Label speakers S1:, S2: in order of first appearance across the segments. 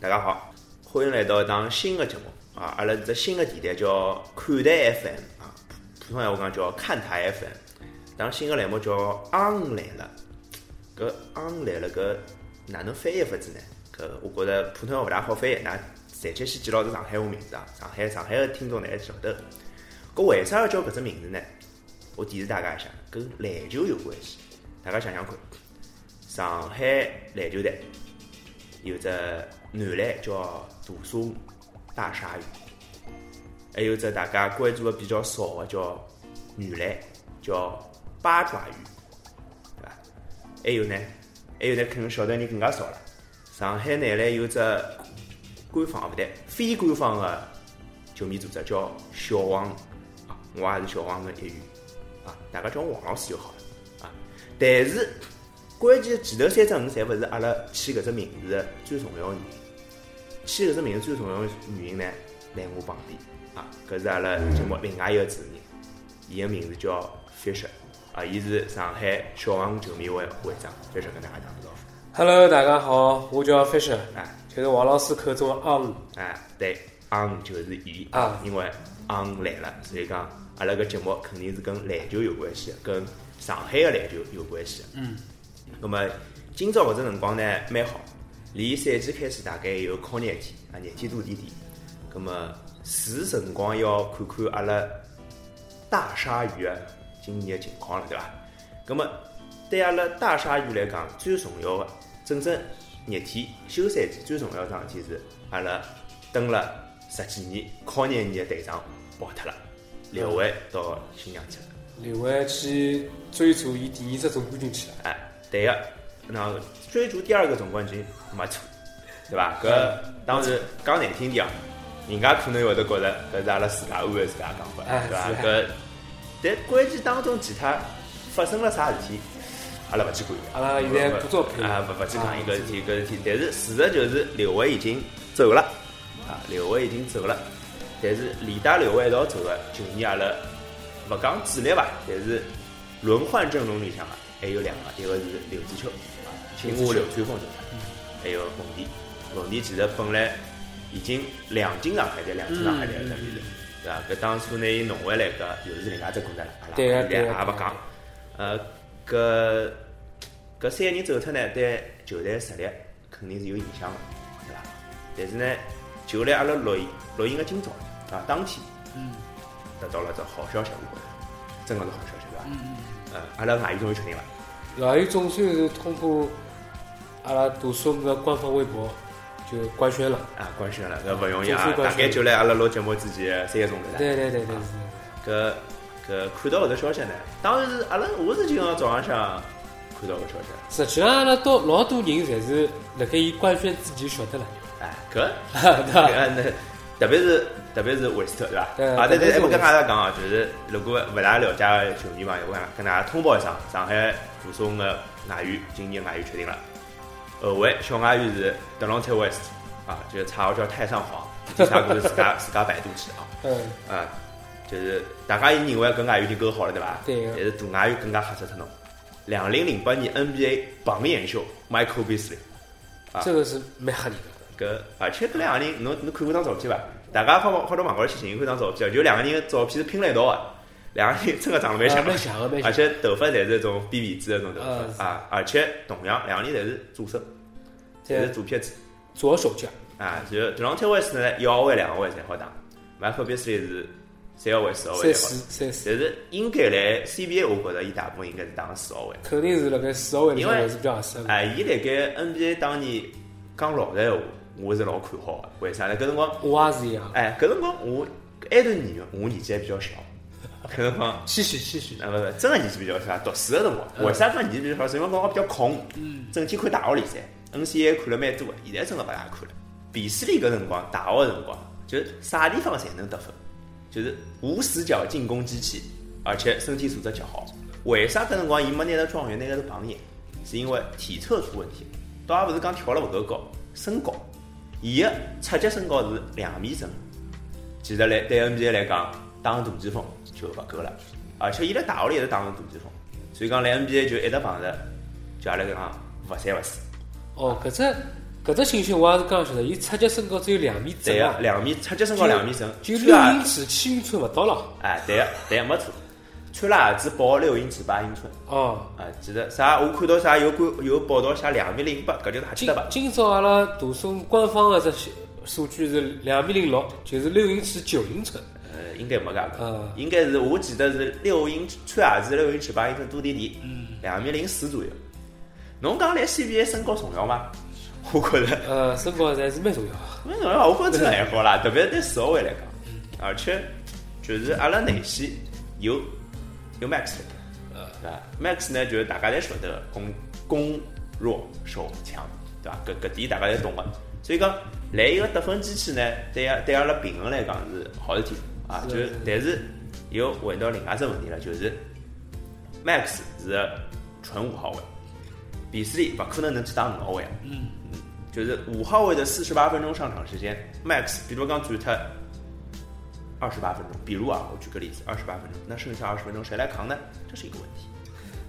S1: 大家好，欢迎来到一档新的节目啊！阿拉是只新的电台叫看台 FM 啊，普普通闲话讲叫看台 FM。当新个栏目叫“昂来了”，搿“昂来了”搿哪能翻译法子呢？搿我觉着普通话勿大好翻译，㑚直接先记牢是上海话名字啊！上海上海个听众侪晓得。搿为啥要叫搿只名字呢？我提示大家一下，跟篮球有关系。大家想想看，上海篮球队有只男篮叫杜松大鲨鱼，还有只大家关注的比较少的叫女篮叫八爪鱼，对伐？还有呢，还有呢，可能晓得人更加少了。上海男篮有只官方啊，勿对，非官方的球迷组织叫小王，啊，我也是小王的一员啊，大家叫我王老师就好了啊。但是关键前头三只鱼侪勿是阿拉起搿只名字的最重要的原因。起搿只名字最重要的原因呢，在我旁边啊，搿是阿拉节目另外一个主持人，伊个名字叫 Fisher 啊，伊是上海小王球迷会会长，Fisher 跟大家打个招呼。
S2: Hello，大家好，我叫 Fisher，
S1: 哎
S2: 就是王老师口中的昂姆。
S1: 啊，对昂就是伊
S2: 啊
S1: 因为昂来了，所以讲阿拉搿节目肯定是跟篮球有关系，跟上海的篮球有关系。嗯，那么今朝搿只辰光呢，蛮好，离赛季开始大概有靠廿天啊，廿天多点点。那么是辰光要看看阿拉大鲨鱼的今年的情况了，对伐？那么对阿拉大鲨鱼来讲，最重要的正正热天休赛季最重要的桩事体是，阿拉蹲了十几年、靠廿年的队长跑脱了，刘伟到新疆去了。
S2: 刘伟去追逐伊第二只总冠军去了。
S1: 哎，对个，那追逐第二个总冠军没错，对伐？搿当然讲难听点啊，人家可能会得觉着搿是阿拉自家安慰自家讲法，
S2: 哎
S1: 对伐？
S2: 是
S1: 搿但关键当中其他发生了啥事体，阿拉勿去管伊。
S2: 阿拉现在不做评论
S1: 啊，勿勿去讲伊搿事体，搿事体。但是事实就是刘伟已经走了，啊，刘伟已经走了。但是连带刘伟一道走的，就你阿拉勿讲主力吧，但是轮换阵容里向啊，还有两个，一个是刘志秋，啊青
S2: 刘
S1: 蛙
S2: 志
S1: 流川枫走脱，还有冯迪。冯迪其实本来已经两进上海队，两进上海队了，等于
S2: 嗯
S1: 是，对伐？搿当初拿伊弄回来搿又是另外只故事了，阿拉
S2: 对啊
S1: 现在
S2: 对
S1: 也
S2: 啊对啊
S1: 勿讲。呃，搿搿三个人走脱呢，对球队实力肯定是有影响的，对伐？但是呢，就来阿拉录音录音个今朝啊，当天，
S2: 嗯，
S1: 得到了只好消息，我觉着真个是好消息，对伐？嗯呃，阿拉外援终于确定了，
S2: 老于总算是通过阿拉读书的官方微博就官宣了。
S1: 啊，官宣了，搿勿容易
S2: 总
S1: 啊
S2: 算！官
S1: 大
S2: 宣
S1: 概就来阿拉录节目之前三个钟头了。
S2: 对对对对
S1: 搿搿看到搿只消息呢，当然是阿拉我是今朝早浪向看到搿消息，
S2: 是。实际上，阿拉到老多人侪是辣盖伊官宣之前就晓得了。
S1: 哎，搿。
S2: 对
S1: 对
S2: 吧？
S1: 啊，那特别是特别是韦斯特对伐？
S2: 对
S1: 啊，
S2: 特
S1: 对
S2: 别
S1: 对，还
S2: 是
S1: 不
S2: 韦斯
S1: 跟大家讲啊，就是如果勿大了解的球迷朋友，我跟跟大家通报一声，上海附送的外援今年外援确定了，后卫小外援是德隆特韦斯特啊，就是绰号叫太上皇，这啥故事自家自家百度去啊。
S2: 嗯，
S1: 啊，就是大家也认为搿外援已经够好了，对伐？
S2: 对个
S1: 但是大外援更加吓死脱侬。两零零八年 NBA 榜眼秀 Michael Beasley，啊
S2: 这个是蛮吓人的。
S1: 搿啊而且搿两个人，侬侬看过张照片伐？大家好好到网高头去寻看张照片，就两个人的照片是拼辣一道个，两个人真个长得蛮像
S2: 啊
S1: 的
S2: 蛮，像的，蛮
S1: 而
S2: 像的。
S1: 且头发侪是一种编辫子的那种头
S2: 啊
S1: 发啊，而且同样两个人侪是左手，侪是
S2: 对，
S1: 左撇子
S2: 左手脚。
S1: 啊。就 d e r o n t e w e s 呢，一号位、两号位侪好打，Michael Beasley 是三号位、四号位侪
S2: 三
S1: 好
S2: 四
S1: 打。
S2: 三四，
S1: 但是应该来 CBA，我觉着伊大部分应该是打个四号位。
S2: 肯定是辣盖四号位里
S1: 因为
S2: 向是比较合适的。
S1: 哎，伊辣盖 NBA 当年讲老实闲话，我是老看好的。为啥呢？搿辰光
S2: 我也是一样。
S1: 哎，搿辰光我埃段年我年纪还比较小，搿辰光
S2: 谢谢谢谢。
S1: 啊勿勿，真个年纪比较小，读书个辰光。为啥讲年纪比较小？是因为搿辰光比较空，整天看大学联赛，NCAA 看了蛮多个，现在真个勿大看了。比斯利搿辰光，大学个辰光，就是啥地方侪能得分，就是无死角进攻机器，而且身体素质极好。为啥搿辰光伊没拿到状元，拿个是榜眼？是因为体测出问题，倒也勿是讲跳了勿够高，身高，伊个侧脚身高是两米整。其实来对 NBA 来讲，打个大前锋就勿够了，而且伊辣大学里一直打个大前锋，所以讲来 NBA 就一直碰着，就阿拉讲勿三勿四。
S2: 哦，搿只搿只信息我也是刚晓得，伊赤脚身高只有两米整
S1: 对啊个，
S2: 啊，
S1: 两米赤脚身高两米整，
S2: 就
S1: 穿
S2: 六
S1: 了
S2: 英尺七英寸勿到了。
S1: 哎，对个，对个，没错，穿了鞋子报六英尺八英寸。
S2: 哦，
S1: 啊，记得啥？我看到啥有关有报道写两米零八，搿就是瞎记
S2: 今
S1: 得吧？
S2: 今朝阿拉大宋官方个只信数据是两米零六，就是六英尺九英寸。
S1: 呃，应该没介个，
S2: 嗯，
S1: 应该是我记得是六英尺穿鞋子六英尺八英寸多点
S2: 嗯
S1: 点，两米零四左右。侬讲来 CBA 身高重要吗？我觉着
S2: 呃，身高还是蛮重要的。
S1: 没重要，我觉着真的还好啦，特别是对四号位来讲，而且就是阿拉内线有有 Max 的，对吧？Max 呢，就是大家侪晓得的攻攻弱守强，对吧？搿搿点大家侪懂个，所以讲来一个得分机器呢，对呀对阿拉平衡来讲是好事体啊。
S2: 是
S1: 就是
S2: 是
S1: 但是又回到另外一只问题了，就是 Max 是个纯五号位，比斯利勿可能能去打五号位啊。
S2: 嗯，
S1: 就是五号位的四十八分钟上场时间，Max 比如讲只有他二十八分钟，比如啊，我举个例子，二十八分钟，那剩下二十分钟谁来扛呢？这是一个问题。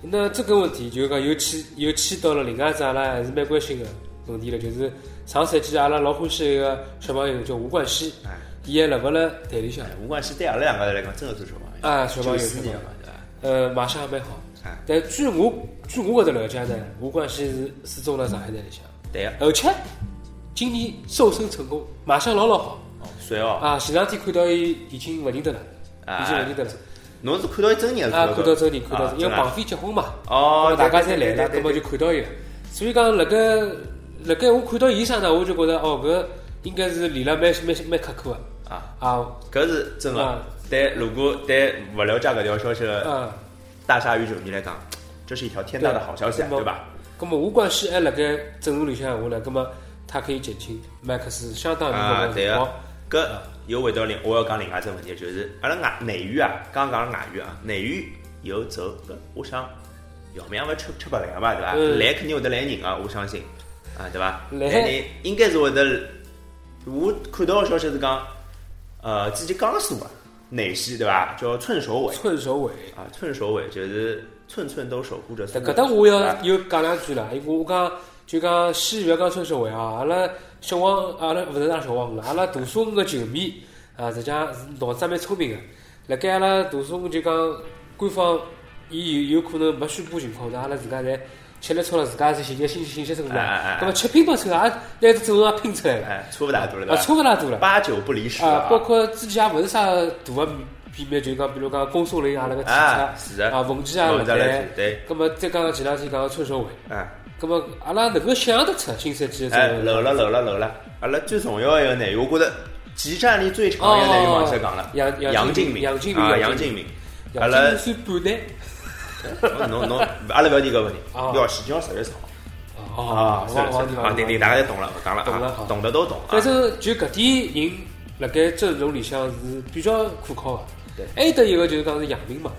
S2: 那这个问题就是讲又牵又牵到了另外一只阿拉还是蛮关心个问题了，就是上赛季阿拉老欢喜一个小朋友叫吴冠希，
S1: 哎，
S2: 伊还辣勿辣队里向，
S1: 无关系，对阿拉两个来讲，真的是小朋友
S2: 啊小朋友
S1: 九四年嘛，对吧？
S2: 呃，卖相还蛮好。
S1: 哎，
S2: 但据我据我搿只了解呢，吴冠希是始终辣上海队里向，
S1: 对呀、
S2: 而且今年瘦身成功，卖相老老好
S1: 哦，所以哦，
S2: 啊！前两天看到伊已经勿认得了，
S1: 啊
S2: 已经勿认得了
S1: 侬是看到一真人，
S2: 啊！看到周
S1: 真
S2: 年，
S1: 人，
S2: 看到
S1: 啊
S2: 因为
S1: 真的
S2: 绑匪结婚嘛，
S1: 哦，
S2: 大家
S1: 对
S2: 侪来
S1: 对对
S2: 了，葛末就看到伊了。所以讲，辣盖辣盖我看到伊上呢，我就觉得哦，搿应该是练了蛮蛮蛮刻苦个
S1: 对啊，
S2: 啊
S1: 搿是真的
S2: 啊。
S1: 但如果对勿了解搿条消息的
S2: 啊！
S1: 大鲨鱼球迷来讲，这是一条天大的好消息啊，
S2: 对
S1: 对吧？
S2: 葛末吴冠希还辣盖正路里向闲话呢，葛末他可以减轻麦克斯相当
S1: 啊
S2: 一部分
S1: 对
S2: 辰
S1: 啊
S2: 光。
S1: 搿又回到另我要讲另外一只问题，就是阿拉外内援啊，刚刚讲外援啊，内援有走，搿我想姚明也勿吃吃白饭嘛，对伐？
S2: 嗯
S1: 来肯定会得来人啊，我相信啊，对伐？
S2: 来
S1: 但你应该是会得，我看到的消息是讲，呃，之前江苏啊，内线对伐？叫寸守伟
S2: 寸守伟。
S1: 啊，寸守伟就是寸寸都守护着寸
S2: 但
S1: 寸。
S2: 搿搭我要
S1: 对伐
S2: 又讲两句啦，因为我讲就讲先勿要讲春晓伟啊，阿拉小王阿拉勿是阿拉小王啦，阿拉大宋个球迷啊，实际上是脑子也蛮聪明个。辣盖阿拉大宋就讲官方伊有有可能没宣布情况下，阿拉自家侪吃力操了自家是信息信息信息出
S1: 哎哎
S2: 来
S1: 哎，
S2: 那么吃拼搏出来，也啊拿只阵容也拼出来了，
S1: 哎，差勿大多了，对
S2: 啊，
S1: 伐？
S2: 差勿大多了。
S1: 八九不离十
S2: 啊，包
S1: 啊，
S2: 括之前也勿是啥大个比面，就讲比如讲公孙林啊那个体
S1: 啊，
S2: 测
S1: 是的，
S2: 啊，文琪啊
S1: 我
S2: 辣
S1: 们再来
S2: 盖
S1: 提，对，
S2: 咁么再讲前两天讲个春晓伟，
S1: 哎。
S2: 咁么阿拉能够想得出新赛季的
S1: 哎，
S2: 阵
S1: 漏
S2: 容。
S1: 了漏了漏了！阿拉最重要的一个内容，我觉得集战力最强的一个内容往下讲了。
S2: 杨
S1: 杨
S2: 敬
S1: 明，
S2: 杨敬
S1: 啊，
S2: 明，
S1: 杨
S2: 敬
S1: 敬明，
S2: 明，
S1: 阿
S2: 杨
S1: 拉
S2: 敬明算半难。
S1: 侬侬，阿拉不要提搿个问题，
S2: 啊
S1: 要时间要十月十号
S2: 哦，
S1: 是
S2: 忘
S1: 了
S2: 忘
S1: 是
S2: 记
S1: 了啊，对对，大家侪懂了，勿讲了
S2: 懂了
S1: 啊
S2: 好，
S1: 懂的都懂啊
S2: 反。正就搿点人辣盖阵容里向是比较可靠个。
S1: 对
S2: 还有得一个就是讲是杨明嘛，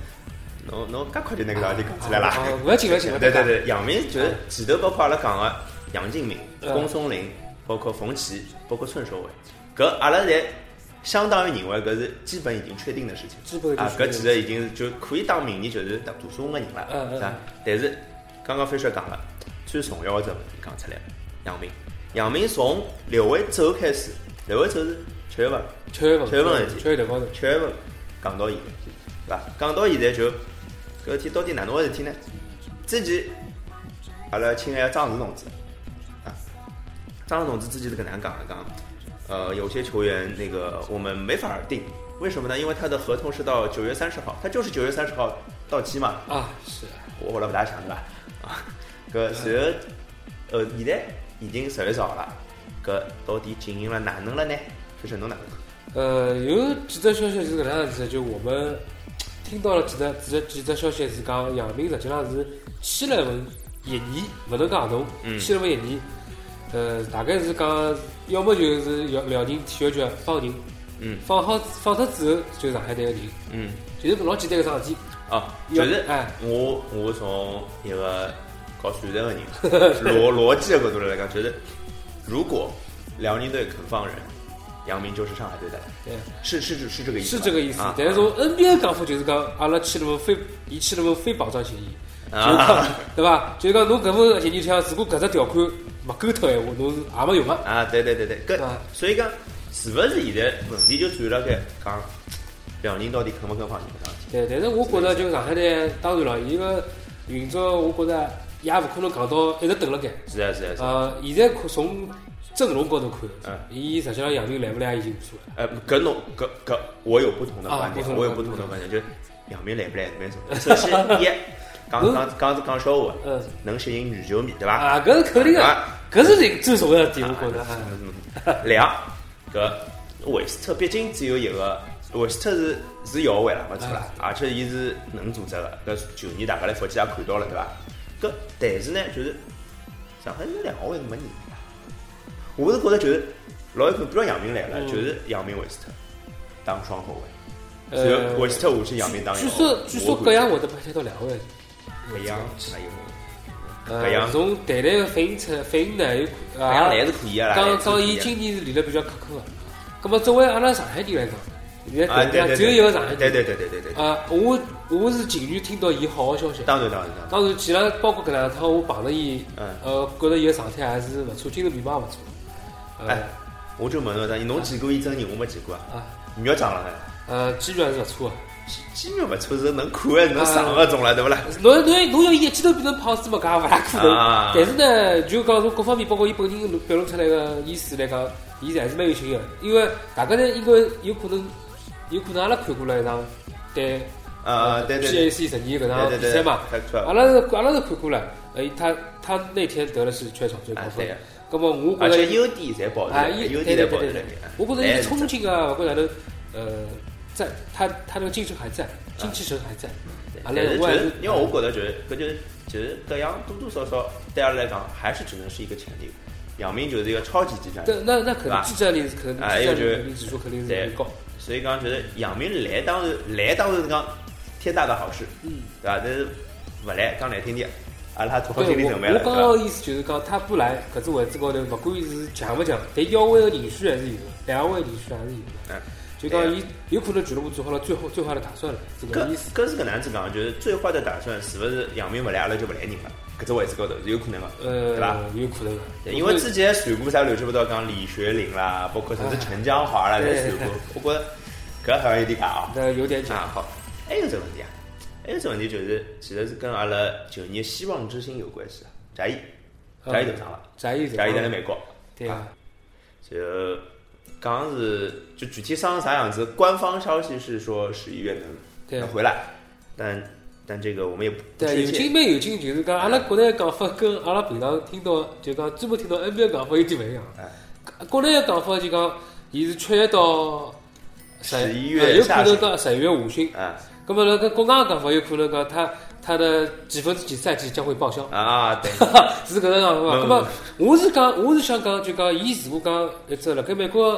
S1: 侬侬介快就拿搿道理讲出来啦
S2: 啊。啊勿要紧勿要紧，勿要
S1: 对
S2: 紧
S1: 对，对，杨明就是前头包括阿拉讲个杨敬明、
S2: 嗯
S1: 龚松林，包括冯琦，包括孙守伟，搿阿拉侪相当于认为搿是基本已经确定的事情。
S2: 基本就
S1: 啊
S2: 是，
S1: 搿其实已经是就可以当明年就是大大松个人了，
S2: 嗯嗯
S1: 是吧？但是刚刚飞雪讲了，最重要的只问题讲出来了，杨明，杨明从六月走开始，六月走是七月份，
S2: 七月份，
S1: 七月份的事体
S2: 七月头高头，
S1: 七月份讲到现在，对伐？讲到现在就搿事体到底哪能回事体呢？之前阿拉亲爱的张弛同志啊，张弛同志之前是搿能讲的，讲呃有些球员那个我们没法儿定，为什么呢？因为他的合同是到九月三十号，他就是九月三十号到期嘛。
S2: 啊是，
S1: 我后来勿大想对伐？啊，搿随后呃现在已经十月十号了，搿到底进行了哪能了呢？就是侬哪能看？
S2: 呃，有几则消息是搿能样子的，就我们听到了几则几则几则消息是讲杨明实际上是签了份协议，勿能讲合同，
S1: 嗯
S2: 签了份协议。呃，大概是讲，要么就是辽辽宁体育局放人，
S1: 嗯
S2: 放好放脱之后就是上海队个人，
S1: 嗯，
S2: 就是搿老简单个桩事体。
S1: 哦，就是
S2: 要哎，
S1: 我我从一个搞传承的人 逻逻辑的角度来讲，就是如果辽宁队肯放人，杨明就是上海队的，
S2: 对，
S1: 是是是是这个意思
S2: 是
S1: 吧，
S2: 这个意思
S1: 啊。
S2: 但是从 NBA 讲法就是讲，阿拉签了份非，伊签了份非保障协议，
S1: 啊
S2: 就是讲对伐？就是讲侬搿份协议里向，如果搿只条款没勾脱闲话，侬是也没用个。
S1: 啊，对对对对，搿
S2: 啊
S1: 所以讲，是勿是现在问题就转辣盖讲辽宁到底肯勿肯放人搿桩事体？
S2: 对，但是我觉着就上海呢，当然了，伊个运作，我觉着也勿可能讲到一直等辣盖。
S1: 是啊是啊是啊，
S2: 呃，现在可从阵容高头看
S1: 嗯，
S2: 伊实际上杨明来勿来已经无所谓了。
S1: 呃，搿侬搿搿，我有不同的
S2: 啊
S1: 观点
S2: 不，同的
S1: 我有不同的观点，就是杨明来不来没什么。首先 一，讲讲讲讲笑话，
S2: 嗯，
S1: 能吸引女球迷对伐？
S2: 啊，搿是肯定个，
S1: 啊
S2: 搿是最最重要的点，我觉着。啊
S1: 两，搿韦斯特毕竟只有一个，韦斯特是是摇位了，没错啦，而且伊是能组织的，搿球迷大家来福建也看到了对伐？搿但是呢，就是上海有两个位是没人的，我是觉得就是老有可能，比如杨明来了，
S2: 嗯
S1: 就是杨明韦斯特当双后卫。
S2: 呃
S1: 呃，，韦斯特下去杨明当
S2: 据
S1: 然
S2: 说
S1: 好
S2: 据说
S1: 我
S2: 各样会得派到两位，
S1: 搿样还有搿
S2: 呃，
S1: 样
S2: 从队内的反应出反应呢，有
S1: 搿样
S2: 啊，
S1: 来是可以个啦。
S2: 讲
S1: 还是可
S2: 讲
S1: 以
S2: 伊
S1: 的
S2: 今年是练得比较刻苦个，葛末作为阿拉上海人来讲，现
S1: 啊
S2: 在
S1: 对
S2: 队内
S1: 对
S2: 只有
S1: 对
S2: 一个上海
S1: 对对
S2: 人。
S1: 对对对对，对
S2: 啊，我我是近期听到伊好个消息，
S1: 当然当然当然，
S2: 当然其他包括搿两趟我碰了伊，
S1: 嗯，
S2: 呃，觉着伊个状态还是勿错，精神面貌也勿错。
S1: 哎
S2: 呃
S1: 我就问侬啥，侬见过伊真人，我没见过啊，
S2: 啊
S1: 肉长了呢，
S2: 呃，肌肉还是勿错个。
S1: 肌肌肉勿错，是能看的能上个种了，对勿啦？
S2: 侬侬侬要伊一记头变成胖子嘛，搿也勿大可能
S1: 啊。
S2: 但是呢，就讲从各方面，包括伊本人表露出来个意思来讲，伊还是蛮有心个。因为大家呢，应该有可能，有可能阿拉看过了一场对
S1: 啊，对对
S2: P
S1: 对
S2: A C 十二搿
S1: 对
S2: 场
S1: 对哎
S2: 比
S1: 对，
S2: 赛嘛，
S1: 太酷
S2: 阿
S1: 了，
S2: 拉是阿拉是看过了。呃，他他那天得了是全场最高
S1: 啊对
S2: 分
S1: 个，，
S2: 葛么我觉
S1: 而
S2: 着
S1: 且优点侪保持
S2: 啊，
S1: 了，
S2: 伊
S1: 优点
S2: 对对
S1: 侪
S2: 对
S1: 保持
S2: 对
S1: 了
S2: 对，，我觉得
S1: 哎
S2: 伊冲劲啊，包括哪能呃，在他他那个精神还
S1: 啊
S2: 在，精气神还在。阿
S1: 但
S2: 拉
S1: 是
S2: 我
S1: 就
S2: 还
S1: 是
S2: 是
S1: 因为我觉得就是搿就是就是搿样多多少少对阿拉来讲还是只能是一个潜力股，杨明就是一个超级级战
S2: 那
S1: 力。
S2: 那那可
S1: 对吧
S2: 能技战力是可能
S1: 哎
S2: 技
S1: 我
S2: 战
S1: 觉
S2: 力
S1: 得
S2: 肯定指数肯定是
S1: 对
S2: 很高。
S1: 所以讲，就是杨明来当然来当然是讲天大的好事，
S2: 嗯，
S1: 对吧？但是不来讲难听点，阿拉做好
S2: 对
S1: 心理
S2: 我
S1: 准备
S2: 我
S1: 了，
S2: 刚
S1: 对吧？
S2: 刚的意思就是讲，他不来搿只位置高头，勿管伊是强勿强，但腰位的人选还是有的，两位人选还是有的。
S1: 嗯，
S2: 就讲
S1: 对
S2: 伊有可能俱乐部做好了最后最坏的打算了，这个意
S1: 搿
S2: 思。
S1: 搿是搿能样子讲，就是最坏的打算是不是杨明不来，阿拉就不来人了？搿只位置高头是有可能的，
S2: 呃
S1: 对吧，
S2: 有可能的，
S1: 对因为之前传过啥乱七八糟，讲李学林啦，包括甚至陈江华啦，侪
S2: 对
S1: 传过。我觉着搿好像有点假啊。
S2: 那有点假。
S1: 啊，好，还有一只问题啊，还有一只问题就是，其实是跟阿拉球迷希望之星有关系啊。贾谊，
S2: 嗯
S1: 贾谊受伤了，
S2: 啥意思？
S1: 贾谊啊在美国。
S2: 对啊，
S1: 就讲是就具体伤成啥样子，官方消息是说十一月能
S2: 对
S1: 能
S2: 啊，
S1: 回来，但但这个我们也不不
S2: 对啊，
S1: 确
S2: 有
S1: 切。
S2: 进没有进，就是讲阿
S1: 哎
S2: 拉国内的讲法跟阿拉平常听到，就讲专门听到 NBA 的讲法有点勿一样。
S1: 哎
S2: 国内的讲法就讲，伊是七月到
S1: 11
S2: 一
S1: 月
S2: 有
S1: 下
S2: 可
S1: 旬
S2: 能到十一月下旬。
S1: 啊
S2: 那么，那跟国外的讲法有可能讲，他他的几分之几赛季将会报销，
S1: 啊，对，
S2: 是搿能讲法。
S1: 嗯
S2: 那么，我是讲，我是想讲，就讲，伊如果讲一只辣盖美国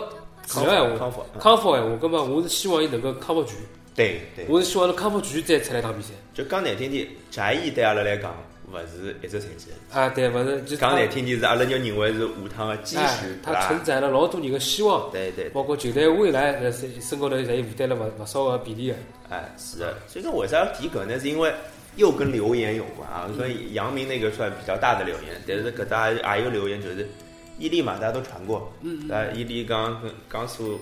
S2: 治疗闲话，
S1: 康复，
S2: 康复闲话，那么我是希望伊能够康复全，
S1: 对对，
S2: 我是希望能康复全再出来打比赛。
S1: 就讲难听点，贾谊对阿拉来讲，勿是一只赛季，
S2: 啊，对，勿是，就是
S1: 讲
S2: 他
S1: 难听点是阿拉要认为是下趟的基
S2: 哎
S1: 石，对
S2: 它承
S1: 吧？
S2: 载了老多人的希望，
S1: 对对，
S2: 包括球队未来呃身身高头侪负担了勿勿少个比例啊个。
S1: 哎，是的，所以说为啥要提搿呢？是因为又跟留言有关啊，跟杨明那个算比较大的留言，但是搿搭还有留言就是伊利嘛，大家都传过，嗯，啊，伊利刚跟江苏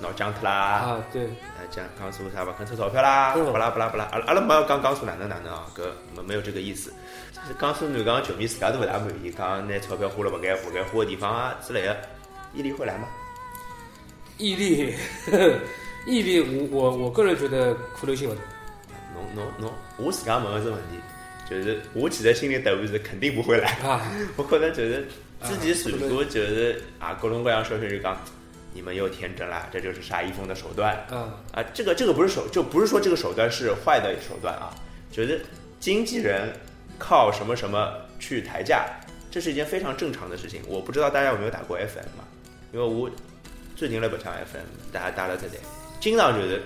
S1: 闹僵脱啦，
S2: 啊，对，
S1: 呃，江江苏啥勿肯抽钞票啦，
S2: 嗯
S1: 不啦不啦不啦，阿拉阿拉没有讲江苏哪能哪能啊，搿没没有这个意思，就是江苏南港球迷自家都勿大满意，讲拿钞票花了勿该勿该花的地方啊之类的，伊利会来吗？
S2: 毅力， 毅力，我我我个人觉得可能性勿大。
S1: 侬侬侬，我自家问个是问题，就是我其实心里答案是肯定不会来。
S2: 啊，
S1: 我觉得就是自己水过，就是啊，各种各样说说就讲，你们又天真啦，这就是杀一峰的手段
S2: 啊，
S1: 啊。这个这个不是手，就不是说这个手段是坏的手段啊，就是经纪人靠什么什么去抬价，这是一件非常正常的事情。我不知道大家有没有打过 FM 嘛，因为我最近来白相 FM，大家打了这台，经常就是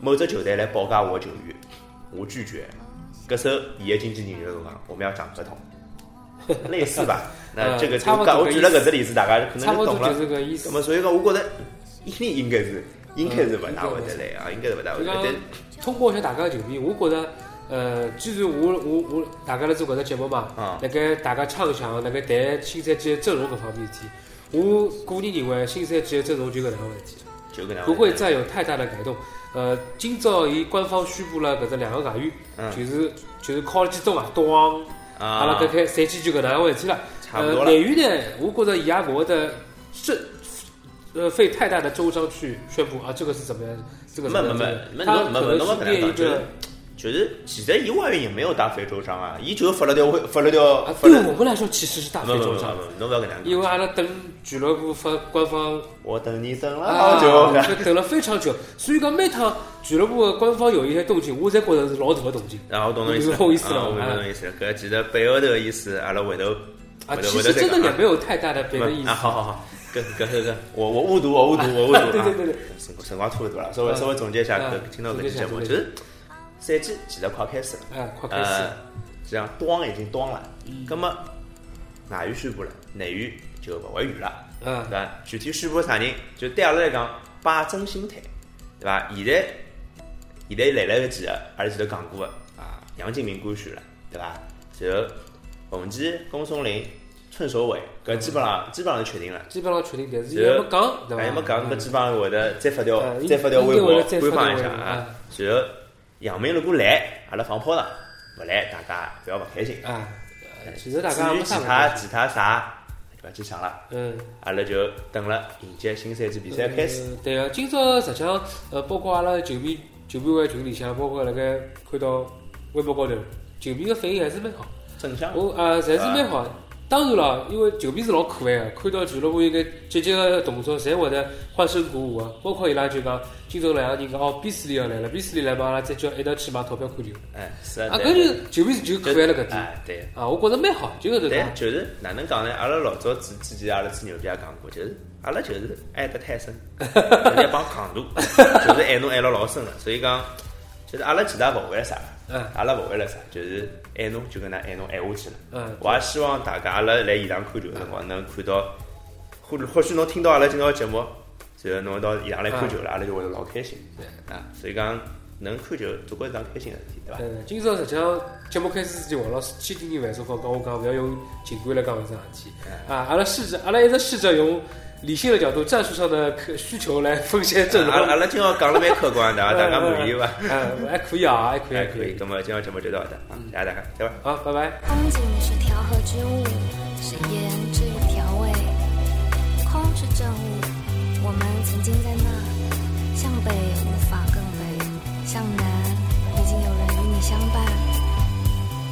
S1: 某只球队来报价我球员，我拒绝。搿时候伊个经纪人就讲，我们要涨合同， 类似吧？那
S2: 嗯
S1: 这个
S2: 差不多
S1: 我
S2: 搿
S1: 举
S2: 意
S1: 了
S2: 思
S1: 搿只例子，大家可能
S2: 差
S1: 就
S2: 不多
S1: 懂了
S2: 就。是搿意
S1: 那
S2: 思。
S1: 么所以讲，我觉得伊利应该是应该是勿大
S2: 嗯
S1: 会得来啊，应该是勿大会
S2: 就
S1: 得
S2: 讲
S1: 来。
S2: 通过一下大家的球迷，我觉着呃，既然我我我大家来做搿只节目嘛，
S1: 啊
S2: 辣盖大家畅想，辣盖谈新赛季的阵容搿方面事体，我个人认为新赛季的阵容就搿两个问题。
S1: 就搿能样
S2: 不会再有太大的改动。呃，今朝伊官方宣布了搿只两个外援，
S1: 嗯
S2: 就是就是敲了几钟啊，咣，阿拉
S1: 啊
S2: 搿，开赛季就搿能样回事体了。
S1: 差不
S2: 呃，
S1: 多
S2: 内
S1: 了，
S2: 援呢，我觉着伊也勿会得这呃费太大的周章去宣布啊，这个是怎么样，这个是怎么样
S1: 没没没
S2: 这个他
S1: 没
S2: 可
S1: 没
S2: 能
S1: 没
S2: 是
S1: 没
S2: 列一
S1: 没没
S2: 个
S1: 就是其实伊外援也没有打非洲章啊，伊就是发了条发了条
S2: 啊，
S1: 发
S2: 对
S1: 了，
S2: 我们来说其实是大
S1: 没
S2: 费
S1: 没
S2: 周
S1: 没
S2: 章，
S1: 没，侬勿要搿能
S2: 因
S1: 样
S2: 为
S1: 讲，
S2: 阿拉等俱乐部发官方
S1: 我等你等了
S2: 啊
S1: 好，久，
S2: 就等了非常久，所以讲每趟俱乐部的官方有一些动静，我侪觉着是老大的动静。
S1: 然后懂侬意思
S2: 你
S1: 了，
S2: 懂我意思了
S1: 啊我
S2: 啊
S1: 明白侬意思了，搿其实背后头的意思，阿拉回头
S2: 啊，
S1: 回头
S2: 其
S1: 回
S2: 实
S1: 头再
S2: 真的也
S1: 讲啊
S2: 没有太大的别的意
S1: 嗯
S2: 思。
S1: 啊， 好好好，搿搿搿搿，我我误读我误读我误读啊，
S2: 对对对对
S1: 辰光辰光差勿多了，稍微
S2: 嗯
S1: 稍微总结一下
S2: 嗯
S1: 搿今朝搿
S2: 总
S1: 期
S2: 结一下
S1: 节目，
S2: 总结
S1: 就
S2: 一下
S1: 是赛季其实快开始了。
S2: 哎，快开始嗯
S1: 呃，，这样当已经当了，那么外援宣布了，内援就勿会有了，对
S2: 嗯，
S1: 伐？具体宣布啥人，就对阿拉来讲摆正心态，对伐？现在现在来了有几个，阿拉前头讲过的啊，杨敬明官宣了，对伐？然后冯骥、龚松林、村守伟，搿基本上基本上是确定了。
S2: 基本上确定，但是也没讲，嗯对吧？
S1: 还没讲，搿
S2: 嗯
S1: 基本上会得再发条
S2: 嗯
S1: 再发条微
S2: 应该会
S1: 博
S2: 得再发
S1: 官方一
S2: 条微
S1: 下
S2: 博嗯
S1: 啊。然后杨明如果来，阿拉放炮仗；勿来，大家勿要勿开心。
S2: 啊，呃其实大家
S1: 哎至
S2: 也
S1: 于
S2: 没
S1: 其
S2: 啥
S1: 他
S2: 问题。
S1: 其他啥，就勿去想了。
S2: 嗯，
S1: 阿拉就等了迎接新赛季比赛开始。
S2: 呃。对啊，今朝实际上，呃，包括阿拉球迷球迷会群里向，包括辣盖看到微博高头，球迷的反应还是蛮好。
S1: 正向
S2: 我啊，侪是蛮好。当然了，因为球迷是老可爱个，看到俱乐部一个积极个动作，侪会得欢声鼓舞个。包括伊拉就讲，今朝两个人讲哦，比斯利要来了，比斯利来嘛，阿拉再叫一道去买套票看球。
S1: 哎，是
S2: 啊，
S1: 对
S2: 搿就球迷就可爱了搿点
S1: 哎，对。
S2: 啊，我觉着蛮好，就搿能
S1: 但
S2: 介。
S1: 就是哪能讲呢？阿拉老早之之前，阿拉吹牛逼也讲过，就是阿拉就是爱得 太深，就是一帮戆大，就是爱侬爱了老深了。所以讲，就是阿拉其他勿为了啥
S2: 嗯，
S1: 阿拉勿为了啥，就是爱侬就跟㑚爱侬爱下去了。
S2: 嗯，
S1: 我也希望大家阿拉来现场看球的辰光能看到，或者或许侬听到阿拉今朝的节目，然后侬到现场来看球了，阿拉就会得老开心
S2: 嗯对
S1: 啊。所以讲能看球，总归是桩开心的事体，对伐？
S2: 嗯，今朝实际上节目开始之前，王老师千叮咛万嘱咐讲我讲勿要用情感来讲搿桩事体。啊，阿拉试着，阿拉一直试着用理性的角度、战术上的可需求来分析阵容
S1: 阿。拉阿啊拉今朝讲了蛮客观的，啊，大家满意伐？
S2: 嗯，还可以啊，还可以，
S1: 还
S2: 还
S1: 可
S2: 可
S1: 以，
S2: 以。
S1: 那么今朝节目就到这啊，谢谢大家，再会。
S2: 好，拜拜。
S3: 空警是调和之物，是盐之调味。空是正物，我们曾经在那。向北无法更北，向南已经有人与你相伴。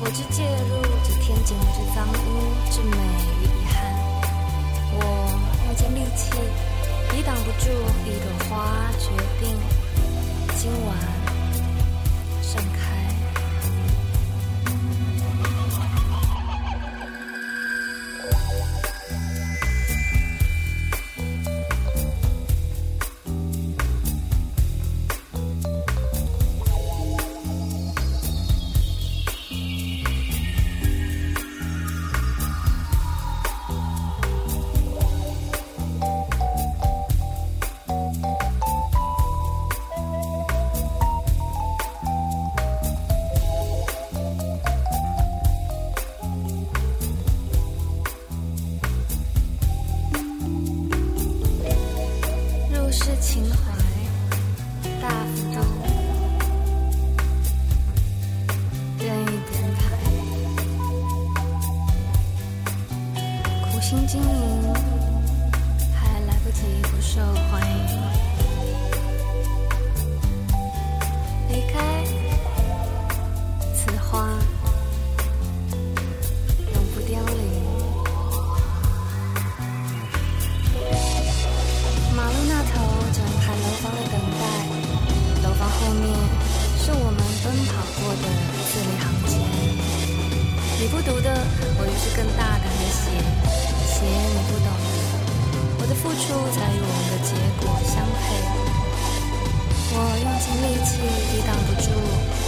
S3: 我之介入，指天井之脏污，之美与遗憾。我用尽力气，抵挡不住一朵花决定，今晚盛开。入世情怀，大幅度，任意编排，苦心经营，还来不及不受欢迎，离开此花，永不凋零。马路那头整排楼房的等待，楼房后面是我们奔跑过的字里行间。你不读的，我于是更大胆的写，写你不懂的。我的付出才与我们的结果相配。我用尽力气抵挡不住